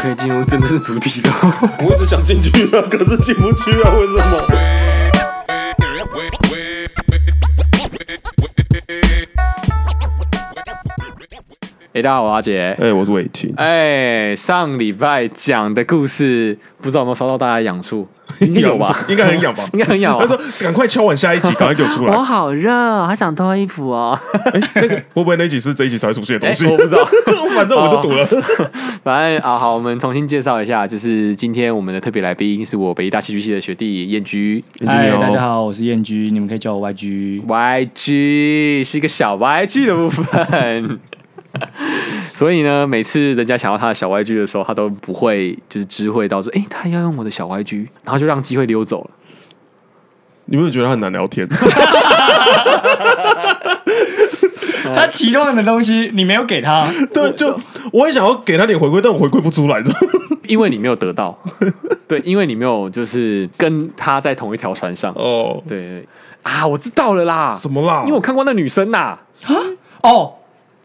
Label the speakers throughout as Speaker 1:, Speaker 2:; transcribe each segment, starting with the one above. Speaker 1: 可以进入真正的主题了。
Speaker 2: 我一直想进去啊，可是进不去啊，为什么？
Speaker 1: 哎、大家好，我是阿杰。
Speaker 2: 哎、我是伟霆，
Speaker 1: 哎、上礼拜讲的故事，不知道有没有烧到大家的痒 处？应该有吧？
Speaker 2: 应该很痒吧？
Speaker 1: 应该很痒啊哦
Speaker 2: 他说
Speaker 1: 吧？：“
Speaker 2: 赶快敲完下一集，赶快给我出来。
Speaker 1: 我好热，好想脱衣服哦。
Speaker 2: 哎，那个会不会那一集是这一集才出现的东西？
Speaker 1: 哎我不知道，哦
Speaker 2: 反正 我就赌了。
Speaker 1: 反正啊，好，我们重新介绍一下，就是今天我们的特别来宾是我北医大戏剧系的学弟燕居
Speaker 3: 嗨，
Speaker 2: 好
Speaker 3: 大家好，我是燕居，你们可以叫我 YG。
Speaker 1: YG 是一个小 YG 的部分。 所以呢，每次人家想要他的小 YG 的时候，他都不会就是知会到说，哎、他要用我的小 YG，然后就让机会溜走了。
Speaker 2: 你有没有觉得他很难 聊天？
Speaker 3: 他期望的东西你没有给他，
Speaker 2: 对，就我也想要给他点回馈，但我回馈不出来，知道吗
Speaker 1: 因为你没有得到， 对，因为你没有就是跟他在同一条船上，
Speaker 2: 哦，
Speaker 1: 对对啊，我知道了啦，
Speaker 2: 怎么啊啦？
Speaker 1: 因为我看过那女生呐，
Speaker 3: 哦，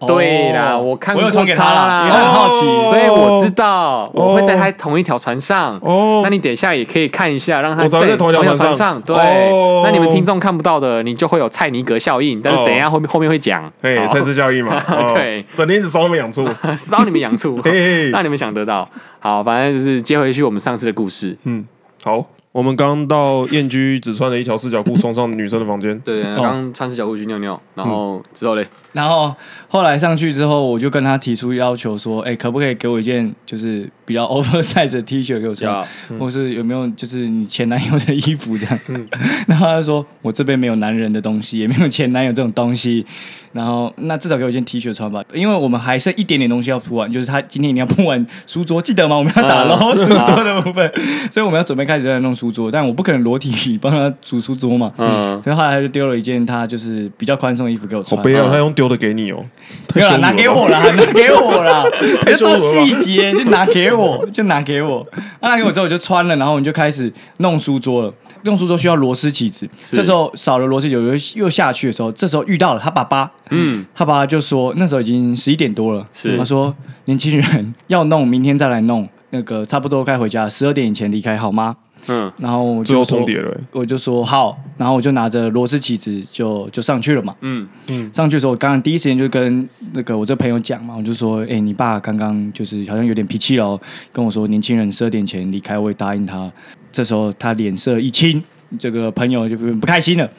Speaker 1: 对啦，
Speaker 3: 哦
Speaker 1: 我看
Speaker 3: 我
Speaker 1: 过
Speaker 3: 有传给
Speaker 1: 她
Speaker 3: 他啦，因为他很好奇。
Speaker 2: 哦
Speaker 1: 所以我知道我会在他同一条船上。
Speaker 2: 哦
Speaker 1: 那你等一下也可以看一下，让他
Speaker 2: 我早就在同一条
Speaker 1: 条
Speaker 2: 船
Speaker 1: 船
Speaker 2: 上
Speaker 1: 对，
Speaker 2: 哦
Speaker 1: 那你们听众看不到的，你就会有蔡尼格效应，但是等一下后面、后面会讲。
Speaker 2: 哎，
Speaker 1: 好
Speaker 2: 才是效益嘛。哦
Speaker 1: 对，
Speaker 2: 整天一直烧那么痒处。
Speaker 1: 烧你们洋醋，
Speaker 2: 嘿嘿
Speaker 1: 让你们想得到。好，反正就是接回去我们上次的故事。
Speaker 2: 嗯，好，我们刚到燕居只穿了一条四角裤冲上女生的房间。
Speaker 1: 对，
Speaker 3: 哦嗯
Speaker 1: 刚穿四角裤去尿尿，然后之后嘞，
Speaker 3: 然后后来上去之后，我就跟他提出要求说，哎，可不可以给我一件就是比较 oversize 的 T 恤给我穿
Speaker 1: 呀，
Speaker 3: 或是有没有就是你前男友的衣服这样？ 然后他就说我这边没有男人的东西，也没有前男友这种东西。然后那至少给我一件 T 恤穿吧，因为我们还剩一点点东西要铺完，就是他今天一定要铺完书桌，记得吗？我们要
Speaker 2: 嗯
Speaker 3: 打捞书桌的部分，所以我们要准备开始在弄书桌，但我不可能裸体 帮他煮书桌嘛。
Speaker 1: 嗯，
Speaker 3: 所以后来他就丢了一件他就是比较宽松的衣服给我
Speaker 2: 好
Speaker 3: 穿，
Speaker 2: 悲啊，
Speaker 1: 嗯
Speaker 2: 他用丢的给你哦，太
Speaker 3: 没有啦
Speaker 2: 羞辱
Speaker 3: 拿给
Speaker 2: 了吧
Speaker 3: 我啦，拿给我啦，你就
Speaker 2: 羞辱了
Speaker 3: 做
Speaker 2: 吧
Speaker 3: 细节，就拿给 我，就拿给我。啊拿给我之后我就穿了，然后我们就开始弄书桌了。弄书桌需要螺丝起子，
Speaker 1: 是
Speaker 3: 这时候少了螺丝起子，又又下去的时候，这时候遇到了他爸爸，
Speaker 1: 嗯，
Speaker 3: 他爸爸就说那时候已经十一点多了，
Speaker 1: 是
Speaker 3: 他说年轻人要弄，明天再来弄，那个差不多该回家，十二点以前离开好吗？
Speaker 1: 嗯，
Speaker 3: 然后我
Speaker 2: 最后
Speaker 3: 就说
Speaker 2: 重叠了欸。
Speaker 3: 我就说好，然后我就拿着螺丝起子就就上去了嘛。
Speaker 1: 嗯，
Speaker 3: 上去的时候，我刚刚第一时间就跟那个我这朋友讲嘛，我就说，哎、你爸刚刚就是好像有点脾气了哦，跟我说年轻人十二点前离开，我也答应他。这时候他脸色一青，这个朋友就不开心了，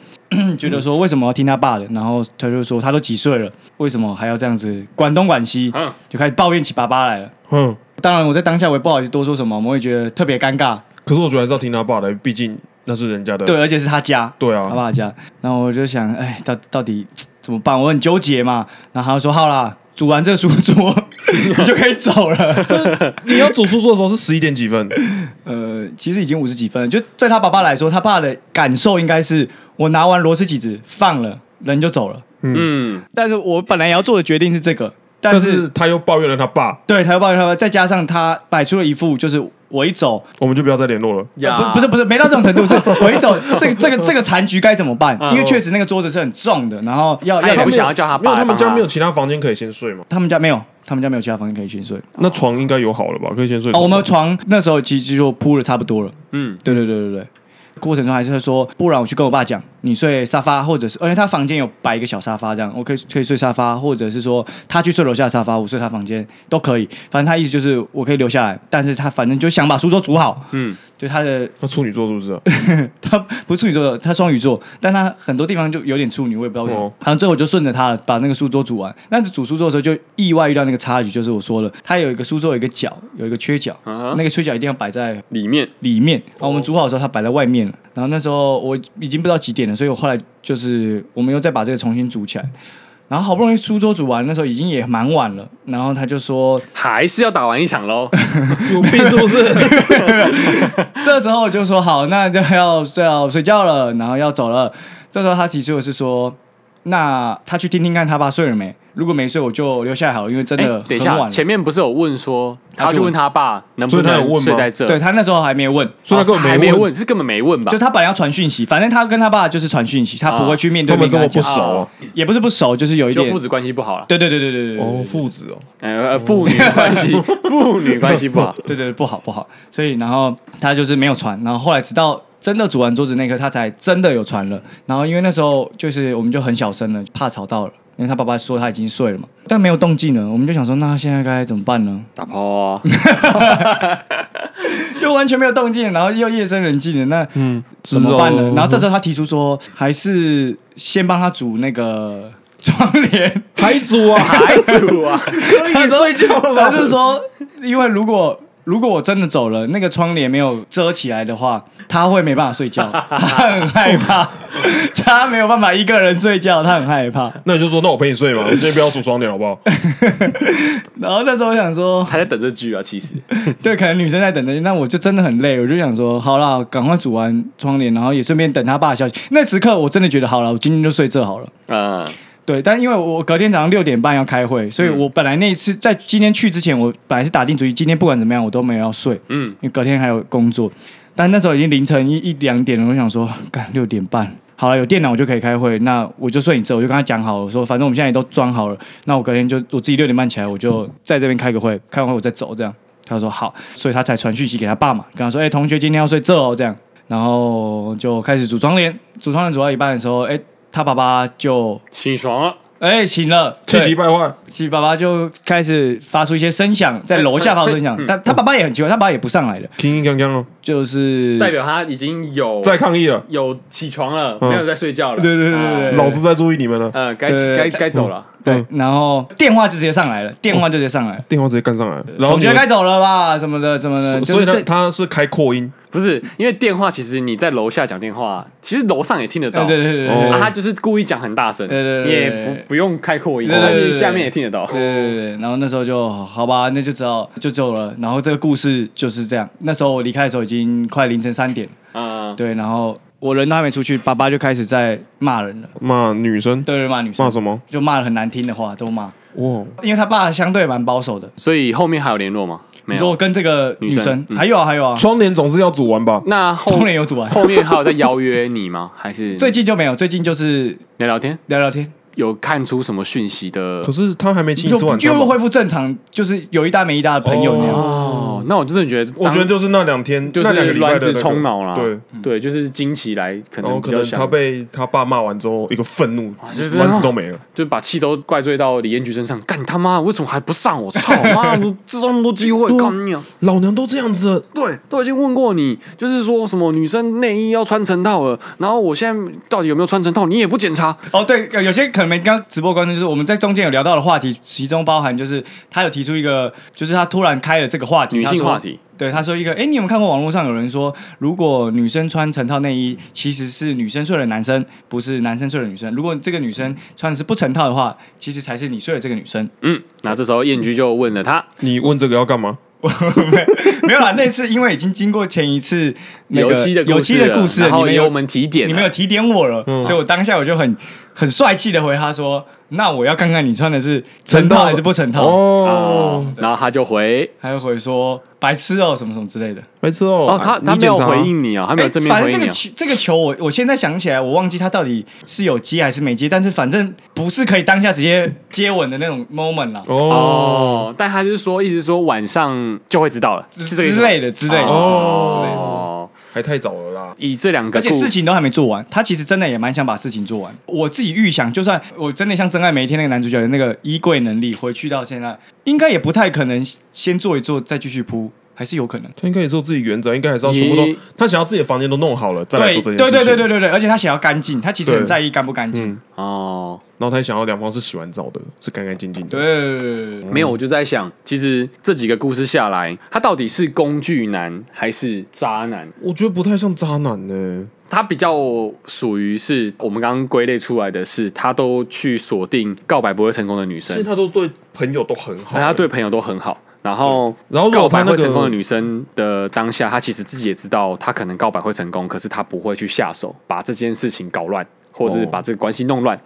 Speaker 3: 觉得说为什么要听他爸的？然后他就说他都几岁了，为什么还要这样子管东管西
Speaker 1: 嗯，
Speaker 3: 就开始抱怨起爸爸来了。
Speaker 2: 嗯，
Speaker 3: 当然，我在当下我也不好意思多说什么，我也觉得特别尴尬，
Speaker 2: 可是我觉得还是要听他爸的，毕竟那是人家的。
Speaker 3: 对，而且是他家，
Speaker 2: 对
Speaker 3: 他
Speaker 2: 啊，
Speaker 3: 爸家，然后我就想，哎，到到底怎么办？我很纠结嘛。然后他就说，好啦，煮完这个书桌， 你就可以走了。
Speaker 2: 你要煮书桌的时候是十一点几分，
Speaker 3: 呃，其实已经五十几分了，就对他爸爸来说，他爸的感受应该是，我拿完螺丝起子放了，人就走了。
Speaker 1: 嗯，
Speaker 3: 但是我本来也要做的决定是这个，但
Speaker 2: 但
Speaker 3: 是
Speaker 2: 是他又抱怨了他爸，
Speaker 3: 对他又抱怨他爸，再加上他摆出了一副就是我一走，
Speaker 2: 我们就不要再联络了。
Speaker 3: 呃不不是不是没到这种程度，是我一走，这这个这个残局该怎么办？
Speaker 1: 嗯
Speaker 3: 因为确实那个桌子是很重的，然后要
Speaker 1: 他也
Speaker 3: 要
Speaker 1: 不想要叫他
Speaker 2: 没有，
Speaker 1: 爸来
Speaker 2: 他
Speaker 1: 帮
Speaker 2: 们
Speaker 1: 他
Speaker 2: 家没有其他房间可以先睡吗？
Speaker 3: 他们家没有，他们家没有其他房间可以去睡。
Speaker 2: 那床应该有好了吧？可以先睡。
Speaker 3: 哦，我们床那时候其实就铺的差不多了。
Speaker 1: 嗯，
Speaker 3: 对对对对对。过程中还是会说，不然我去跟我爸讲，你睡沙发，或者是，而且他房间有摆一个小沙发，这样我可以可以睡沙发，或者是说他去睡楼下的沙发，我睡他房间都可以。反正他意思就是我可以留下来，但是他反正就想把书桌煮好。
Speaker 1: 嗯
Speaker 3: 嗯，就他的
Speaker 2: 那处女座是不是 啊？
Speaker 3: 他不是处女座，他双鱼座，但他很多地方就有点处女，我也不知道为什么。
Speaker 2: 哦
Speaker 3: 好像最后我就顺着他把那个书桌煮完，但是煮书桌的时候就意外遇到那个插曲，就是我说了，他有一个书桌有一个角，有一个缺角，
Speaker 1: 嗯哼
Speaker 3: 那个缺角一定要摆在
Speaker 1: 里面
Speaker 3: 里面。然后我们煮好的时候，他摆在外面了。然后那时候我已经不知道几点了，所以我后来就是我们又再把这个重新煮起来。然后好不容易书桌煮完，那时候已经也蛮晚了。然后他就说，
Speaker 1: 还是要打完一场喽。
Speaker 2: 有病是不 是？
Speaker 3: 这时候我就说好，那就要睡要睡觉了，然后要走了。这时候他提出的是说，那他去听听看他爸睡了没，如果没睡，我就留下来好了，因为 真
Speaker 1: 哎、
Speaker 3: 的
Speaker 1: 等一
Speaker 3: 很
Speaker 1: 下，
Speaker 3: 晚了
Speaker 1: 前面不是有问说，他
Speaker 3: 他
Speaker 1: 去
Speaker 3: 去
Speaker 1: 问
Speaker 3: 问
Speaker 1: 他爸能不
Speaker 2: 所以他有
Speaker 1: 能
Speaker 2: 问
Speaker 1: 睡
Speaker 2: 吗
Speaker 1: 在这？
Speaker 3: 对他那时候还没问，
Speaker 2: 所以他根
Speaker 1: 哦
Speaker 2: 本
Speaker 1: 还没
Speaker 2: 问，
Speaker 1: 问，是根本没问吧哦
Speaker 3: 就？他本来要传讯息，反正他跟他爸就是传讯息，他不会去面对
Speaker 2: 他
Speaker 3: 面
Speaker 2: 们这
Speaker 3: 跟
Speaker 2: 么
Speaker 3: 他
Speaker 2: 不
Speaker 3: 讲，
Speaker 2: 熟哦
Speaker 3: 也不是不熟，就是有一
Speaker 1: 就
Speaker 3: 点
Speaker 1: 父，子关系不好了，
Speaker 3: 对对对对对对对
Speaker 2: 哦，
Speaker 3: 对
Speaker 2: 父子哦，
Speaker 1: 呃，父女关 系，父女关系不好。
Speaker 3: 对对，不好不好。所以然后他就是没有传，然后后来直到真的煮完桌子那一刻，他才真的有传了。然后因为那时候就是我们就很小声了，怕吵到了。因为他爸爸说他已经睡了嘛，但没有动静了，我们就想说，那他现在该怎么办呢？
Speaker 1: 打炮啊！
Speaker 3: 就完全没有动静，然后又夜深人静了，那
Speaker 2: 嗯，
Speaker 3: 怎么办呢
Speaker 2: 知？道
Speaker 3: 然后这时候他提出说，还是先帮他煮那个 窗帘，
Speaker 2: 还煮啊，
Speaker 1: 还煮啊！
Speaker 2: 可以睡觉了
Speaker 3: 他
Speaker 2: 吧？
Speaker 3: 是说，因为如果如果我真的走了，那个窗帘没有遮起来的话，他会没办法 睡觉，他很害怕，他没有办法一个人睡觉，他很害怕。
Speaker 2: 那你就说，那我陪你 睡嘛，我今天不要煮双点好不好？
Speaker 3: 然后那时候我想说，
Speaker 1: 还在等这句啊，其实
Speaker 3: 对，可能女生在等着，那我就真的很累，我就想说，好啦，赶快煮完窗帘，然后也顺便等他爸的消息。那时刻我真的觉得好了，我今天就睡这好了。
Speaker 1: 嗯，
Speaker 3: 对，但因为我隔天早上六点半要开会，所以我本来那一次在今天去之前，我本来是打定主意，今天不管怎么样我都没有要睡，
Speaker 1: 嗯
Speaker 3: 嗯，因为隔天还有工作。但那时候已经凌晨一一两点了，我想说，干六点半，好了，有电脑我就可以开会，那我就睡你这，我就跟他讲好了，我说反正我们现在也都装好了，那我隔天就我自己六点半起来，我就在这边开个会，开完会我再走这样。他说好，所以他才传讯息给他爸嘛，跟他说，哎、同学今天要睡这哦，这样，然后就开始组窗帘，组窗帘组到一半的时候，哎、他爸爸就
Speaker 1: 起床了，
Speaker 3: 哎、醒了，
Speaker 2: 气急
Speaker 3: 对
Speaker 2: 败坏，
Speaker 3: 七爸爸就开始发出一些声响，在楼下发出声
Speaker 2: 嗯
Speaker 3: 响，但他爸爸也很奇怪，他爸爸也不上来了，
Speaker 2: 铿铿锵锵哦，
Speaker 3: 就是
Speaker 1: 代表他已经有
Speaker 2: 在抗议了，
Speaker 1: 有起床了，
Speaker 2: 嗯
Speaker 1: 没有在睡觉了。
Speaker 3: 对对对对
Speaker 1: 啊
Speaker 3: 对
Speaker 2: 老子在注意你们了，
Speaker 1: 嗯，该
Speaker 3: 对
Speaker 1: 该该走了。
Speaker 3: 对，
Speaker 2: 嗯
Speaker 3: 然后电话就直接上来了，电话就直接上来了，
Speaker 2: 电话直接干上来了，然后
Speaker 3: 同
Speaker 2: 你
Speaker 3: 学
Speaker 2: 们
Speaker 3: 该走了吧，什么的什么的，就
Speaker 2: 哦所以
Speaker 3: 是
Speaker 2: 他
Speaker 3: 这
Speaker 2: 他是开扩音，
Speaker 1: 不是因为电话，其实你在楼下讲电话，其实楼上也听得到。
Speaker 3: 呃对对对对
Speaker 2: 哦
Speaker 3: 对
Speaker 1: 啊，他就是故意讲很大声，
Speaker 3: 对对对
Speaker 1: 也
Speaker 3: 对对
Speaker 1: 不不用开扩音，
Speaker 3: 对对
Speaker 1: 但
Speaker 3: 对
Speaker 1: 是
Speaker 3: 对
Speaker 1: 下面也听得到。
Speaker 3: 对对对，然后那时候就好吧，那就只好就走了，然后这个故事就是这样。那时候我离开的时候已经快凌晨三点了，
Speaker 1: 嗯，
Speaker 3: 对，然后我人都还没出去，爸爸就开始在骂人了，
Speaker 2: 骂女生，
Speaker 3: 对对骂女生
Speaker 2: 骂，什么？
Speaker 3: 就骂了很难听的话，都骂。
Speaker 2: 哇，
Speaker 3: 因为他爸相对蛮保守的。
Speaker 1: 所以后面还有联络吗？没
Speaker 3: 你说
Speaker 1: 有。
Speaker 3: 我跟这个女
Speaker 1: 女生
Speaker 3: 生
Speaker 1: 嗯
Speaker 3: 还有啊还有啊，
Speaker 2: 窗帘总是要煮完吧？
Speaker 1: 那后
Speaker 3: 通联有组啊，
Speaker 1: 后面还有在邀约你吗？还是
Speaker 3: 最近就没有，最近就是
Speaker 1: 聊聊天？
Speaker 3: 聊聊天，
Speaker 1: 有看出什么讯息的
Speaker 2: 可？是他还没请你吃
Speaker 3: 就
Speaker 2: 晚餐
Speaker 3: 就
Speaker 2: 吧啊
Speaker 3: 恢复正常，就是有一搭没一搭的朋友那样。
Speaker 1: 哦，
Speaker 3: 嗯
Speaker 1: 那我真的觉得当，
Speaker 2: 我觉得就是那两天，
Speaker 1: 就
Speaker 2: 那两
Speaker 1: 是
Speaker 2: 个礼拜
Speaker 1: 卵
Speaker 2: 的
Speaker 1: 子
Speaker 2: 那个
Speaker 1: 冲脑啦。
Speaker 2: 对，
Speaker 1: 对，就是惊起来可
Speaker 2: 然后
Speaker 1: 能比
Speaker 2: 可
Speaker 1: 较
Speaker 2: 能
Speaker 1: 想
Speaker 2: 他被他爸骂完之后，一个愤怒，
Speaker 1: 就是啊
Speaker 2: 卵子都没了。
Speaker 1: 就把气都怪罪到李彦菊身上，干他妈为什么还不上我？操妈，我制造那么多机会，干你啊！
Speaker 2: 老娘都这样子了，
Speaker 1: 对， 都已经问过你，就是说什么女生内衣要穿成套了，然后我现在到底有没有穿成套，你也不检查，
Speaker 3: 哦，对，有有些可能没刚直播观众，就是我们在中间有聊到的话题，其中包含就是他有提出一个，就是他突然开了这个话题，
Speaker 1: 女性
Speaker 3: 他说
Speaker 1: 话题。
Speaker 3: 对，他说一个，哎，你有没有看过网络上有人说，如果女生穿成套内衣，其实是女生睡了男生，不是男生睡了女生。如果这个女生穿的是不成套的话，其实才是你睡了这个女生。
Speaker 1: 嗯，那这时候燕菊就问了他，
Speaker 2: 你问这个要干嘛？
Speaker 3: 没有啦，那次因为已经经过前一次那个
Speaker 1: 油漆的故事了
Speaker 3: 油漆的故事了，
Speaker 1: 然
Speaker 3: 你
Speaker 1: 后
Speaker 3: 们
Speaker 1: 有我
Speaker 3: 有
Speaker 1: 们提点了，
Speaker 3: 你们有提点我了，所以我当下我就很很帅气的回他说：“那我要看看你穿的是成套还是不成套。
Speaker 2: 哦，
Speaker 1: 哦，然后他就回，
Speaker 3: 还有回说“白痴哦”什么什么之类的。
Speaker 2: 白痴哦，
Speaker 1: 哦，他
Speaker 2: 你
Speaker 1: 他没有
Speaker 2: 检查
Speaker 1: 回，应你啊，他没有
Speaker 3: 哎
Speaker 1: 正面
Speaker 3: 反
Speaker 1: 回
Speaker 3: 正
Speaker 1: 应你
Speaker 3: 这个
Speaker 1: 啊，
Speaker 3: 球这个球我我现在想起来，我忘记他到底是有接还是没接，但是反正不是可以当下直接接吻的那种 moment 啦。
Speaker 2: 哦，
Speaker 1: 哦，但他就是说，意思说晚上就会知道了，是这个意思
Speaker 3: 之
Speaker 1: 吗
Speaker 3: 类的之类的
Speaker 2: 哦
Speaker 3: 之类的，
Speaker 1: 哦，
Speaker 2: 还太早了啦。
Speaker 1: 以这两个
Speaker 3: 而且
Speaker 1: 故
Speaker 3: 事情都还没做完，他其实真的也蛮想把事情做完。我自己预想，就算我真的像《真爱每一天》那个男主角的那个衣柜能力，回去到现在，应该也不太可能先做一做再继续铺，还是有可能。
Speaker 2: 他应该也是有自己原则，应该还是要全部
Speaker 1: 咦
Speaker 2: 都，他想要自己的房间都弄好了再来
Speaker 3: 对
Speaker 2: 做这
Speaker 3: 对
Speaker 2: 件事情。
Speaker 3: 对对对对对，而且他想要干净，他其实很
Speaker 2: 对
Speaker 3: 在意干不干净。
Speaker 1: 哦，
Speaker 2: 然后他也想要两方是洗完澡的，是干干净净的。
Speaker 3: 对对对对对
Speaker 1: 没有，我就在想，其实这几个故事下来，他到底是工具男还是渣男？
Speaker 2: 我觉得不太像渣男呢。
Speaker 1: 他比较属于是我们刚刚归类出来的是，他都去锁定告白不会成功的女
Speaker 2: 其实
Speaker 1: 生，
Speaker 2: 他都对朋友都很好，
Speaker 1: 但他对朋友都很好。然后，
Speaker 2: 然后如
Speaker 1: 告
Speaker 2: 果他
Speaker 1: 白
Speaker 2: 那
Speaker 1: 会
Speaker 2: 个
Speaker 1: 成功的女生的当下，他其实自己也知道，他可能告白会成功，可是他不会去下手，把这件事情搞乱，或者是
Speaker 2: 哦
Speaker 1: 把这个关系弄乱。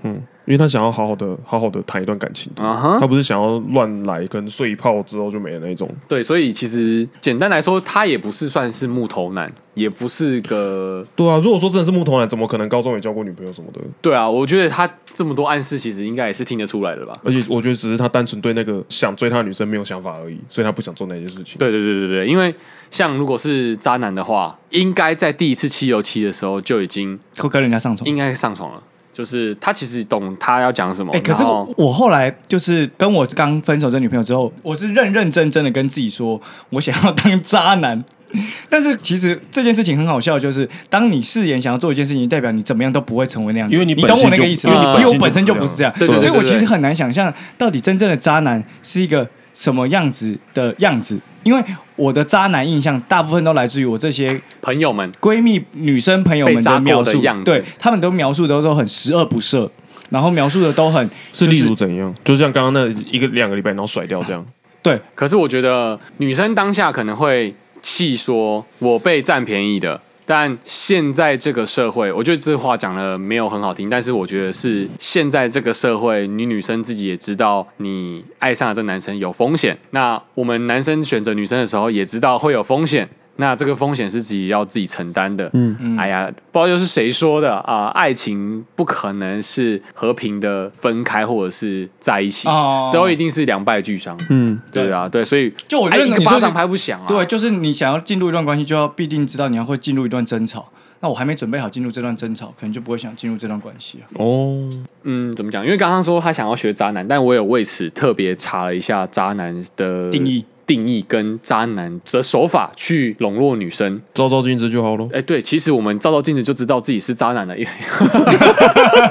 Speaker 2: 因为他想要好好的、好好的谈一段感情，
Speaker 1: 啊哈
Speaker 2: 他不是想要乱来跟睡一炮之后就没了那一种。
Speaker 1: 对，所以其实简单来说，他也不是算是木头男，也不是个
Speaker 2: 对啊，如果说真的是木头男，怎么可能高中也交过女朋友什么的？
Speaker 1: 对啊。我觉得他这么多暗示，其实应该也是听得出来的吧。
Speaker 2: 而且我觉得只是他单纯对那个想追他的女生没有想法而已，所以他不想做那件事情。
Speaker 1: 对对对对对，因为像如果是渣男的话，应该在第一次七油七的时候就已经
Speaker 3: 会跟人家上床。
Speaker 1: 应该上床了，就是他其实懂他要讲什么。
Speaker 3: 哎、可是
Speaker 1: 然
Speaker 3: 我
Speaker 1: 后
Speaker 3: 我后来就是跟我刚分手这女朋友之后，我是认认真真的跟自己说，我想要当渣男。 但是其实这件事情很好笑，就是当你誓言想要做一件事情，代表你怎么样都不会成为那样的人，
Speaker 2: 因为你
Speaker 3: 你
Speaker 2: 本
Speaker 3: 懂我
Speaker 2: 性
Speaker 3: 那个
Speaker 2: 就
Speaker 3: 意思
Speaker 2: 因
Speaker 3: 吗，
Speaker 1: 为你本
Speaker 3: 因为
Speaker 2: 性
Speaker 3: 我本身
Speaker 2: 就
Speaker 3: 就
Speaker 2: 不
Speaker 3: 不是这样，
Speaker 1: 对对对
Speaker 3: 所以我
Speaker 1: 对对
Speaker 3: 其实很难想象到底真正的渣男是一个什么样子的样子，因为我的渣男印象大部分都来自于我这些
Speaker 1: 朋友们，
Speaker 3: 闺蜜、女生朋友
Speaker 1: 被
Speaker 3: 们
Speaker 1: 扎
Speaker 3: 的
Speaker 1: 过
Speaker 3: 描
Speaker 1: 的
Speaker 3: 述，
Speaker 1: 样子
Speaker 3: 对他们都描述的都很十恶不赦，然后描述的都很
Speaker 2: 是
Speaker 3: 就
Speaker 2: 例如怎样？就像刚刚那一个两个礼拜，然后甩掉这样。
Speaker 3: 对
Speaker 1: 可是我觉得女生当下可能会气说“我被占便宜的”，但现在这个社会，我觉得这话讲的没有很好听，但是我觉得是现在这个社会，你女生自己也知道你爱上了这男生有风险。那我们男生选择女生的时候也知道会有风险。那这个风险是自己要自己承担的。嗯，哎呀，不知道又是谁说的啊、爱情不可能是和平的分开或者是在一起，
Speaker 3: 哦
Speaker 1: 都一定是两败俱伤。
Speaker 2: 嗯，
Speaker 1: 对啊，对，所以
Speaker 3: 就我觉得
Speaker 1: 哎一
Speaker 3: 你
Speaker 1: 个
Speaker 3: 说
Speaker 1: 巴
Speaker 3: 这
Speaker 1: 掌拍不响啊。
Speaker 3: 对，就是你想要进入一段关系，就要必定知道你要会进入一段争吵。那我还没准备好进入这段争吵，可能就不会想进入这段关系啊。
Speaker 2: 哦，
Speaker 1: 嗯，怎么讲？因为刚刚说他想要学渣男，但我有为此特别查了一下渣男的
Speaker 3: 定义、
Speaker 1: 定义跟渣男的手法去笼络女生。
Speaker 2: 照照镜子就好咯。
Speaker 1: 哎，对，其实我们照照镜子就知道自己是渣男了。 因为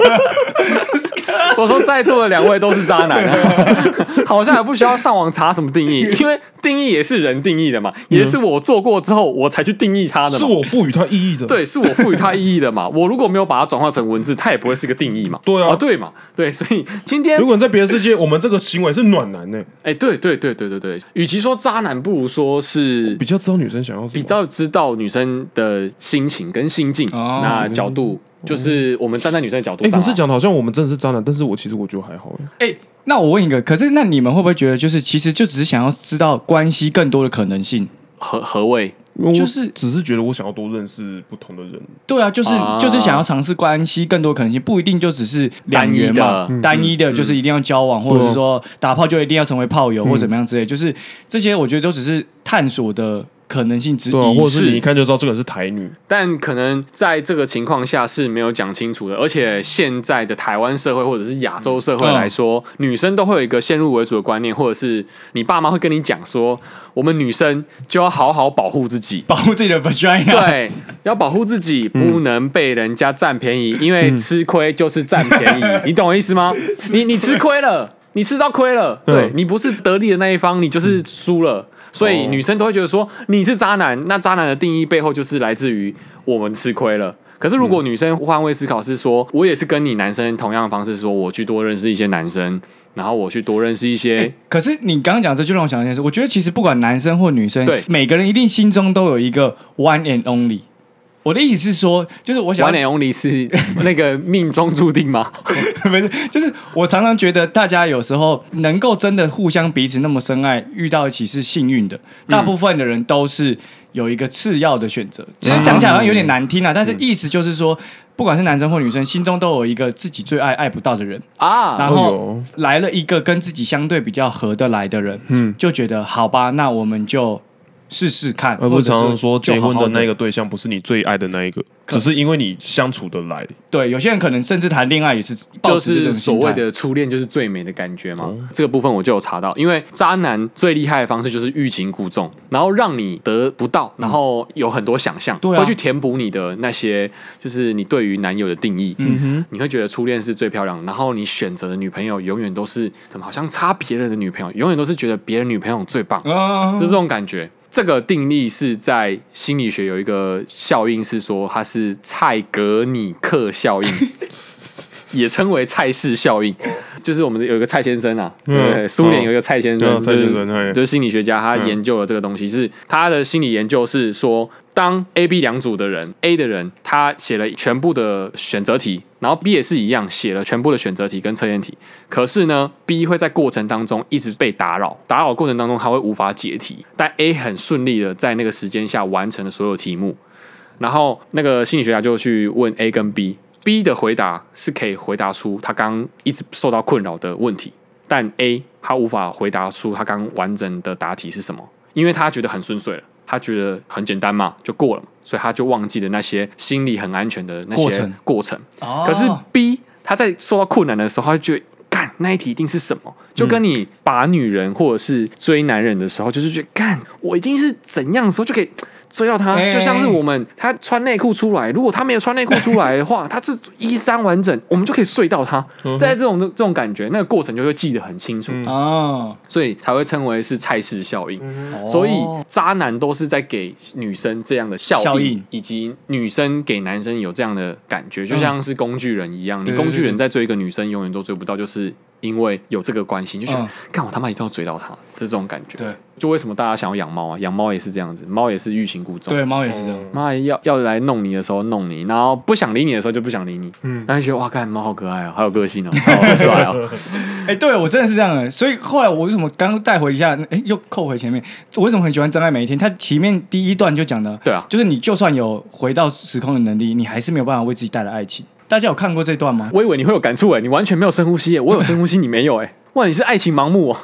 Speaker 1: 我说在座的两位都是渣男、啊， 好像还不需要上网查什么定义，因为定义也是人定义的嘛，也
Speaker 3: 嗯
Speaker 1: 是我做过之后我才去定义他的
Speaker 2: 是
Speaker 1: 嘛。
Speaker 2: 我赋予它意义的。，
Speaker 1: 对，是我赋予它意义的嘛。我如果没有把它转化成文字，它也不会是个定义嘛。
Speaker 2: 对啊
Speaker 1: 对嘛，对，所以今天
Speaker 2: 如，果你在别的世界，我们这个行为是暖男呢、
Speaker 1: 哎，对对对对对对，与其说渣男，不如说是
Speaker 2: 比较知道女生想要什么
Speaker 1: 比较知道女生的心情跟心境，
Speaker 3: 哦
Speaker 1: 那角度就是我们站在女生的角度
Speaker 2: 哎、
Speaker 1: 上
Speaker 2: 可
Speaker 1: 啊、
Speaker 2: 是讲的好像我们真的是渣男，但是我其实我觉得还好、欸。
Speaker 3: 哎、那我问一个，可是那你们会不会觉得，就是其实就只是想要知道关系更多的可能性？
Speaker 1: 何何谓？
Speaker 2: 因为我
Speaker 3: 就是
Speaker 2: 只是觉得我想要多认识不同的人，
Speaker 3: 对啊，就是、
Speaker 1: 啊
Speaker 3: 就是想要尝试关系更多可能性，不一定就只是两元嘛，
Speaker 1: 单
Speaker 2: 嗯
Speaker 1: 嗯
Speaker 3: 单一的，就是一定要交往，或者是说打炮就一定要成为炮
Speaker 2: 嗯
Speaker 3: 友、或怎么样之类，就是这些我觉得都只是探索的可能性之一。。
Speaker 2: 对啊，或者是
Speaker 1: 是
Speaker 2: 你一看就知道这个人是台女，
Speaker 1: 但可能在这个情况下是没有讲清楚的，而且现在的台湾社会或者是亚洲社会来说，女生都会有一个先入为主的观念，或者是你爸妈会跟你讲说，我们女生就要好好保护自己
Speaker 3: 保护自己的 vagina，
Speaker 1: 对，要保护自己，不能被人家占便宜，因为吃亏就是占便宜，你懂我意思吗？你你吃亏了，你吃到亏了，
Speaker 2: 嗯
Speaker 1: 对你不是得利的那一方，你就是输了。所以
Speaker 2: 哦
Speaker 1: 女生都会觉得说你是渣男，那渣男的定义背后就是来自于我们吃亏了。可是如果女生换位思考是说，我也是跟你男生同样的方式说，我去多认识一些男生，然后我去多认识一些，
Speaker 3: 可是你刚刚讲这就让我想到一件事，我觉得其实不管男生或女生，
Speaker 1: 对
Speaker 3: 每个人一定心中都有一个 one and only。我的意思是说，就是我想
Speaker 1: 完
Speaker 3: 要
Speaker 1: 美红离是那个命中注定吗？
Speaker 3: 不是，就是我常常觉得大家有时候能够真的互相彼此那么深爱，遇到一起是幸运的。大部分的人都是有一个次要的选择，其实
Speaker 2: 嗯
Speaker 3: 讲起来好像有点难听啊，但是意思就是说，不管是男生或女生，心中都有一个自己最爱爱不到的人，
Speaker 1: 啊，
Speaker 3: 然
Speaker 2: 哎
Speaker 3: 后
Speaker 2: 呦
Speaker 3: 来了一个跟自己相对比较合得来的人，嗯，就觉得好吧，那我们就。试试看，
Speaker 2: 而不
Speaker 3: 或
Speaker 2: 是
Speaker 3: 者是
Speaker 2: 常常说
Speaker 3: 就
Speaker 2: 结
Speaker 3: 好
Speaker 2: 婚的
Speaker 3: 好地
Speaker 2: 那个对象不是你最爱的那一个，只是因为你相处的来。
Speaker 3: 对，有些人可能甚至谈恋爱也是抱
Speaker 1: 就
Speaker 3: 持这
Speaker 1: 是
Speaker 3: 种
Speaker 1: 所
Speaker 3: 心态哦
Speaker 1: 谓的初恋就是最美的感觉嘛。这个部分我就有查到，因为渣男最厉害的方式就是欲擒故纵，然后让你得不到，然后有很多想象，
Speaker 3: 对啊
Speaker 1: 会去填补你的那些就是你对于男友的定义。嗯哼，你会觉得初恋是最漂亮的，然后你选择的女朋友永远都是怎么好像差别人的女朋友，永远都是觉得别人女朋友最棒。
Speaker 3: 啊
Speaker 1: 就是这种感觉。这个定义是在心理学有一个效应，是说它是蔡格尼克效应，也称为蔡氏效应。就是我们有一个蔡先生啊，
Speaker 2: 嗯
Speaker 1: 对，苏联有一个蔡先
Speaker 2: 对啊
Speaker 1: 生，
Speaker 2: 蔡
Speaker 1: 就是
Speaker 2: 先生嘿
Speaker 1: 就是心理学家，他
Speaker 2: 嗯
Speaker 1: 研究了这个东西，是他的心理研究是说，当 A、B 两组的人，A 的人他写了全部的选择题，然后 B 也是一样写了全部的选择题跟测验题。可是呢，B 会在过程当中一直被打扰，打扰的过程当中他会无法解题，但 A 很顺利的在那个时间下完成了所有题目。然后那个心理学家就去问 A 跟 B。B 的回答是可以回答出他刚一直受到困扰的问题，但 A 他无法回答出他刚完整的答题是什么，因为他觉得很顺遂了，他觉得很简单嘛，就过了嘛，所以他就忘记了那些心理很安全的那些
Speaker 3: 过程
Speaker 1: 过程
Speaker 3: 哦
Speaker 1: 可是 B 他在受到困难的时候，他就觉得。干那一题一定是什么？就跟你把女人或者是追男人的时候，就是觉得干我一定是怎样的时候就可以追到他，
Speaker 3: 哎
Speaker 1: 就像是我们他穿内裤出来，如果他没有穿内裤出来的话，他是衣衫完整， 我们就可以睡到他。
Speaker 3: 嗯
Speaker 1: 在这种这种感觉，那个过程就会记得很清楚，
Speaker 3: 哦，
Speaker 1: 所以才会称为是蔡氏效应。所以渣男都是在给女生这样的效应，
Speaker 3: 效应嗯
Speaker 1: 以及女生给男生有这样的感觉，就像是工具人一样。你
Speaker 3: 对
Speaker 1: 工具人在追一个女生，永远都追不到，就是因为有这个关系，你就觉得
Speaker 3: 嗯
Speaker 1: 干、我他妈一定要追到她，这种感觉。
Speaker 3: 对，
Speaker 1: 就为什么大家想要养猫啊？养猫也是这样子，猫也是欲擒故纵。
Speaker 3: 对，猫也是这样。
Speaker 1: 妈要要来弄你的时候弄你，然后不想理你的时候就不想理你，嗯，然后就觉得哇，干猫好可爱哦，好有个性哦，超好帅 哦，
Speaker 3: 哎、对我真的是这样的，所以后来我为什么刚带回一下？哎、又扣回前面，我为什么很喜欢《真爱每一天》？它前面第一段就讲的，
Speaker 1: 对啊
Speaker 3: 就是你就算有回到时空的能力，你还是没有办法为自己带来爱情。大家有看过这段吗？
Speaker 1: 我以为你会有感触哎，你完全没有深呼吸哎，我有深呼吸，你没有哎，哇，你是爱情盲目哦，